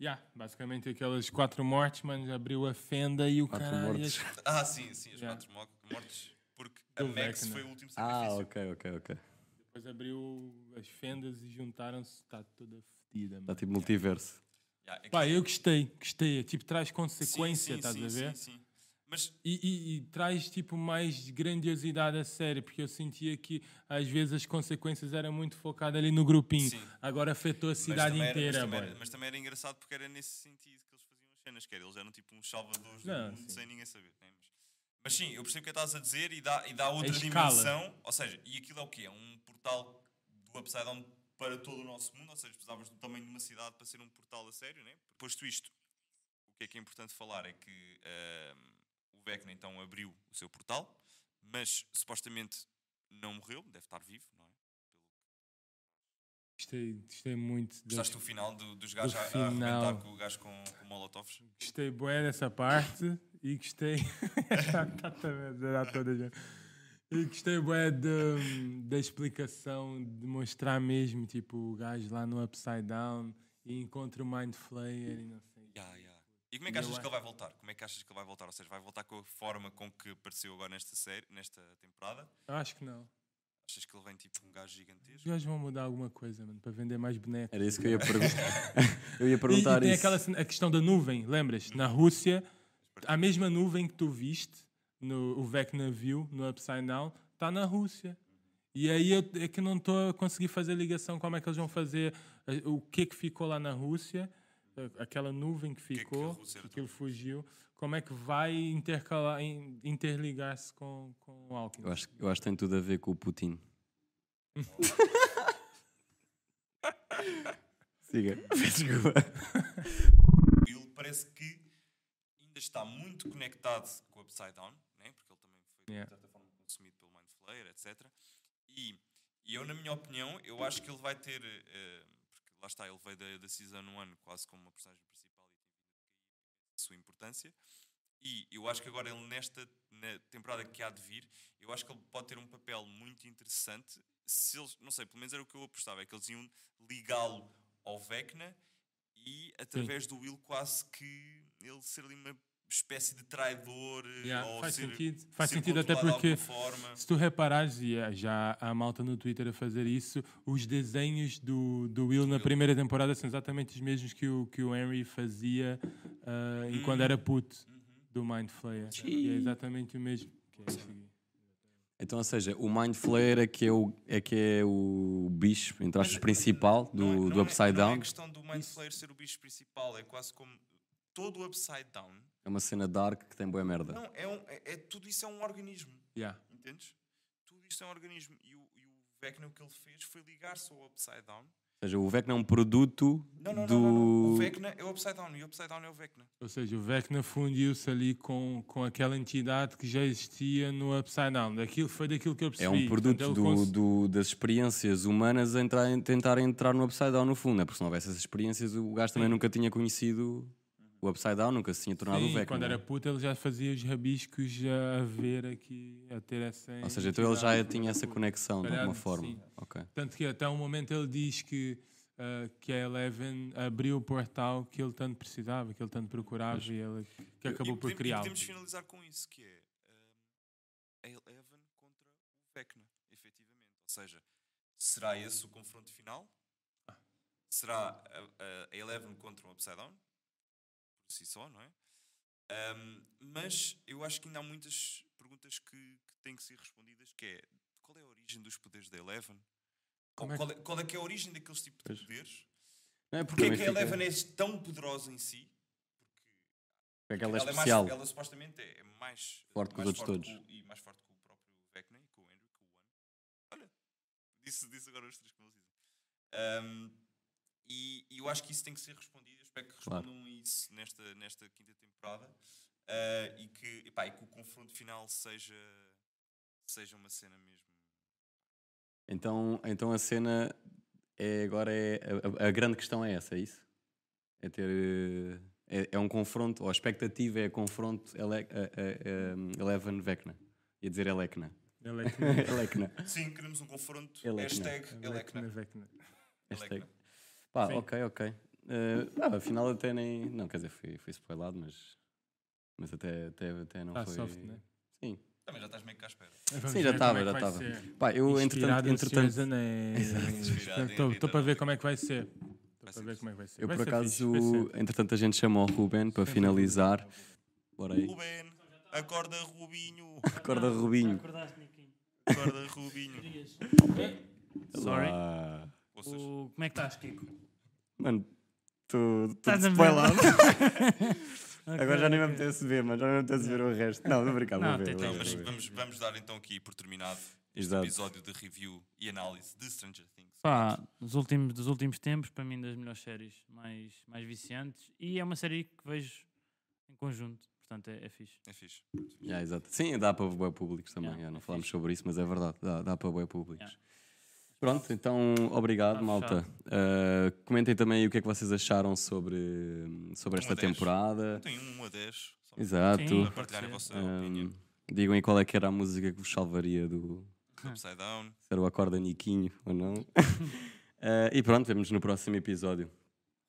Speaker 2: Yeah, basicamente aquelas quatro mortes, mano, já abriu a fenda e o
Speaker 3: Quatro
Speaker 2: caralho.
Speaker 3: mortes.
Speaker 4: Ah, sim, sim, as
Speaker 2: Yeah.
Speaker 4: quatro mo- mortes. Porque a
Speaker 2: Do
Speaker 4: Max
Speaker 2: Vecna.
Speaker 4: foi o último
Speaker 3: Ah,
Speaker 4: sacrifício.
Speaker 3: ok, ok, ok.
Speaker 2: Depois abriu as fendas e juntaram-se, está toda fodida,
Speaker 4: Tá
Speaker 3: Está
Speaker 2: mano.
Speaker 3: tipo multiverso.
Speaker 4: Yeah, é que-
Speaker 2: Pá, eu gostei, gostei. Tipo, traz
Speaker 4: sim,
Speaker 2: consequência,
Speaker 4: sim,
Speaker 2: estás
Speaker 4: sim,
Speaker 2: a ver?
Speaker 4: Sim, sim. Mas
Speaker 2: E, e- e traz tipo mais grandiosidade a série, porque eu sentia que às vezes as consequências eram muito focadas ali no grupinho.
Speaker 4: Sim.
Speaker 2: Agora afetou a
Speaker 4: mas
Speaker 2: cidade
Speaker 4: também era-
Speaker 2: inteira,
Speaker 4: mas, também
Speaker 2: mano.
Speaker 4: era, mas também era engraçado porque era nesse sentido que eles faziam as cenas, que era, eles eram tipo uns salvadores do
Speaker 2: Não,
Speaker 4: mundo
Speaker 2: sim.
Speaker 4: sem ninguém saber. né? Mas, mas sim, eu percebo o que é que estás a dizer e dá, e dá outra
Speaker 2: escala.
Speaker 4: dimensão. Ou seja, e aquilo é o quê? É um portal do Upside Down para todo o nosso mundo, ou seja, precisavas do tamanho de uma cidade para ser um portal a sério, né? Posto isto, o que é que é importante falar é que ahm, o Vecna então abriu o seu portal, mas supostamente não morreu, deve estar vivo, não é?
Speaker 2: Gostei, gostei muito. das-
Speaker 4: Gostaste do final do- dos gajos
Speaker 2: do
Speaker 4: a, a arrebentar
Speaker 2: final.
Speaker 4: com o gajo com, com molotovs?
Speaker 2: Gostei bué dessa parte E gostei. Tá, Está também a dar tá toda a gente. E gostei bué de- da explicação, de mostrar mesmo, tipo, o gajo lá no Upside Down e encontra o Mind Flayer e não sei.
Speaker 4: Ya, ya. E como é que achas que ele vai voltar? Como é que achas que ele vai voltar? Ou seja, vai voltar com a forma com que apareceu agora nesta série, nesta temporada?
Speaker 2: Eu acho que não.
Speaker 4: Achas que ele vem tipo um gajo
Speaker 2: Os
Speaker 4: gigantesco?
Speaker 2: gajos vão mudar alguma coisa, mano, para vender mais bonecos.
Speaker 3: Era isso que eu ia perguntar. eu ia
Speaker 2: E, e
Speaker 3: perguntar
Speaker 2: tem
Speaker 3: isso.
Speaker 2: aquela cena- a questão da nuvem, lembras? Na Rússia, a mesma nuvem que tu viste, no, o Vecna viu no Upside Down, está na Rússia. E aí eu, é que não estou a conseguir fazer ligação, como é que eles vão fazer, eh, o que que ficou lá na Rússia, eh, aquela nuvem que
Speaker 4: que a
Speaker 2: ficou, que,
Speaker 4: Rússia tá- era
Speaker 2: aquilo fugiu, como é que vai intercalar, in- interligar-se com, com o Alckmin?
Speaker 3: Eu acho, eu acho que tem tudo a ver com o Putin. Siga. Desculpa.
Speaker 4: Ele parece que ainda está muito conectado com o Upside Down, né? porque ele também foi
Speaker 2: Yeah.
Speaker 4: de certa forma consumido pelo Mind Flayer, etc. E, e eu, na minha opinião, eu acho que ele vai ter. eh, porque lá está, ele veio da, da Season 1 quase como uma personagem principal e tem vindo a cair a sua importância. E eu acho que agora ele, nesta na temporada que há de vir, eu acho que ele pode ter um papel muito interessante. Se eles, não sei, pelo menos era o que eu apostava, é que eles iam ligá-lo ao Vecna e através do Will quase que ele ser ali uma espécie de traidor eh,
Speaker 2: Yeah,
Speaker 4: ou
Speaker 2: faz
Speaker 4: ser,
Speaker 2: sentido. Faz
Speaker 4: ser
Speaker 2: sentido até
Speaker 4: controlado de
Speaker 2: porque
Speaker 4: alguma forma.
Speaker 2: Se tu reparares, e eh, já há malta no Twitter a fazer isso, os desenhos do, do Will na primeira temporada são exatamente os mesmos que o, que o Henry fazia ah, em
Speaker 4: Uhum.
Speaker 2: quando era puto do Mind Flayer. E é exatamente o mesmo. Que é isso aqui.
Speaker 3: Então, ou seja, o Mind Flayer é que é o, é que é o bicho, entre aspas, principal do,
Speaker 4: Não é- não
Speaker 3: do
Speaker 4: é-
Speaker 3: Upside
Speaker 4: não é
Speaker 3: Down.
Speaker 4: a questão do Mind Flayer ser o bicho principal, é quase como todo o Upside Down.
Speaker 3: É uma cena dark que tem boa merda.
Speaker 4: Não, é, um, é, é- tudo isso é um organismo,
Speaker 2: Yeah.
Speaker 4: entendes? Tudo isso é um organismo. E o, e o Vecna o que ele fez foi ligar-se ao Upside Down.
Speaker 3: Ou seja, o Vecna é um produto
Speaker 4: Não, não,
Speaker 3: do.
Speaker 4: não, não, não. O Vecna é o Upside Down e o Upside Down é o Vecna.
Speaker 2: Ou seja, o Vecna fundiu-se ali com, com aquela entidade que já existia no Upside Down. Daquilo, foi daquilo que eu percebi.
Speaker 3: É um produto
Speaker 2: Portanto, ele
Speaker 3: do-
Speaker 2: cons-
Speaker 3: do- das experiências humanas a entrar, em- tentar entrar no Upside Down no fundo, né? porque se não houvesse essas experiências, o gajo também nunca tinha conhecido o Upside Down, nunca se tinha tornado o
Speaker 2: Sim,
Speaker 3: Vecna.
Speaker 2: quando
Speaker 3: né?
Speaker 2: era puto ele já fazia os rabiscos a ver aqui, a ter essa.
Speaker 3: Ou seja, então ele já
Speaker 2: entidade.
Speaker 3: tinha essa conexão de
Speaker 2: calhar,
Speaker 3: alguma forma.
Speaker 2: sim.
Speaker 3: Ok.
Speaker 2: Tanto que até um momento ele diz que, ah, que a Eleven abriu o portal que ele tanto precisava, que ele tanto procurava e ele que acabou
Speaker 4: e
Speaker 2: por
Speaker 4: podemos- e
Speaker 2: criá-lo.
Speaker 4: podemos finalizar com isso, que é ah, a Eleven contra o Vecna, efetivamente. Ou seja, será esse o confronto final? Será a, a- a Eleven contra o Upside Down? Por si só, não é? Ahm, mas eu acho que ainda há muitas perguntas que, que têm que ser respondidas, que é qual é a origem dos poderes da Eleven?
Speaker 2: Como
Speaker 4: Ou
Speaker 2: é que-
Speaker 4: qual, é, qual é que é a origem daqueles tipos de poderes?
Speaker 3: Não é
Speaker 4: Porquê é
Speaker 3: também
Speaker 4: que a
Speaker 3: fica-
Speaker 4: Eleven é tão poderosa em si?
Speaker 3: porque é que ela é
Speaker 4: mais-
Speaker 3: especial.
Speaker 4: ela supostamente é é mais
Speaker 3: Forte que os
Speaker 4: mais
Speaker 3: outros todos.
Speaker 4: forte que o- e mais forte que o próprio Vecna e que o Andrew, que o One. Olha, disse, disse agora os três que não dizem. Ahm, e, e eu acho que isso tem que ser respondido. Eu espero que
Speaker 3: Claro.
Speaker 4: respondam a isso nesta, nesta quinta temporada Ah, e, que, epá, e que o confronto final seja, seja uma cena mesmo.
Speaker 3: Então, então a cena é agora é. A, a- a grande questão é essa, é isso? É ter. eh, É, é um confronto, ou a expectativa é confronto ele, eh, eh, eh, Eleven Vecna. Ia dizer Elecna.
Speaker 2: Ele é que-
Speaker 3: Elecna.
Speaker 4: Sim, queremos um confronto.
Speaker 3: Elecna.
Speaker 4: Hashtag
Speaker 2: ele é que
Speaker 4: Elecna.
Speaker 2: não vê que não.
Speaker 3: Hashtag.
Speaker 4: Elecna.
Speaker 3: Pá,
Speaker 2: Sim.
Speaker 3: ok, ok. Eh, ah, afinal até nem. Não, quer dizer, fui, fui spoilado, mas. Mas até, até, até não
Speaker 2: Tá
Speaker 3: foi.
Speaker 2: soft, né?
Speaker 3: Sim.
Speaker 4: Também já estás meio que à espera.
Speaker 2: Vamos
Speaker 3: Sim, já
Speaker 2: ver
Speaker 3: estava,
Speaker 2: como
Speaker 3: já
Speaker 2: é que vai
Speaker 3: estava.
Speaker 2: ser.
Speaker 3: Pá, eu entretanto.
Speaker 2: Inspirado em Senhor
Speaker 3: entretanto
Speaker 2: dos Anéis.
Speaker 4: Inspirado em
Speaker 2: Estou- Estou
Speaker 4: Rita
Speaker 2: para ver
Speaker 4: Ora.
Speaker 2: como é que vai ser. Estou para
Speaker 4: Vai ser
Speaker 2: ver como é que vai ser.
Speaker 3: Eu,
Speaker 2: Vai
Speaker 3: por
Speaker 2: ser fixe,
Speaker 3: acaso,
Speaker 2: vai ser.
Speaker 3: entretanto, a gente chamou o Ruben para finalizar. Bora aí.
Speaker 4: Ruben, acorda Rubinho.
Speaker 3: Acorda, Rubinho.
Speaker 1: Ah, Acordaste, Niquinho.
Speaker 4: Acorda Rubinho.
Speaker 1: Sorry.
Speaker 3: Ah.
Speaker 4: Ouças?
Speaker 1: O... Como é que estás, Kiko?
Speaker 3: Mano, estou
Speaker 1: Estás a ver?
Speaker 3: spoilado.
Speaker 1: Ok,
Speaker 3: Agora já nem me
Speaker 1: ok.
Speaker 3: apetece ver, mas já nem me apetece ver o resto. Não, não brincar,
Speaker 1: Não,
Speaker 3: vou ver.
Speaker 1: tem-
Speaker 3: vou
Speaker 1: tem-
Speaker 4: Não,
Speaker 3: ver,
Speaker 4: mas
Speaker 3: vou ver.
Speaker 4: vamos, vamos dar então aqui por terminado este
Speaker 3: Exato.
Speaker 4: episódio de review e análise de Stranger Things.
Speaker 1: Pá, dos últimos, dos últimos tempos, para mim, das melhores séries mais, mais viciantes. E é uma série que vejo em conjunto, portanto é, é fixe.
Speaker 4: É fixe.
Speaker 3: Já, exato. Sim, dá para boé públicos também.
Speaker 1: Yeah,
Speaker 3: já não
Speaker 1: é
Speaker 3: falámos
Speaker 1: fixe.
Speaker 3: sobre isso, mas é verdade. Dá, dá para boé públicos.
Speaker 1: Yeah.
Speaker 3: Pronto, então obrigado,
Speaker 1: Tá
Speaker 3: malta. Ah, comentem também o que é que vocês acharam sobre, sobre
Speaker 4: Um
Speaker 3: esta
Speaker 4: a dez.
Speaker 3: temporada.
Speaker 4: Tem um a 10. Só
Speaker 3: Exato.
Speaker 1: Sim.
Speaker 4: Para partilhar a vossa opinião.
Speaker 3: Ahm, digam aí qual é que era a música que vos salvaria do.
Speaker 4: do Upside Down.
Speaker 3: Se era o Acorda Niquinho ou não. Ah, e pronto, vemos no próximo episódio.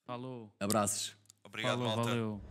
Speaker 1: Falou.
Speaker 3: Abraços.
Speaker 4: Obrigado,
Speaker 1: Falou,
Speaker 4: malta.
Speaker 1: valeu.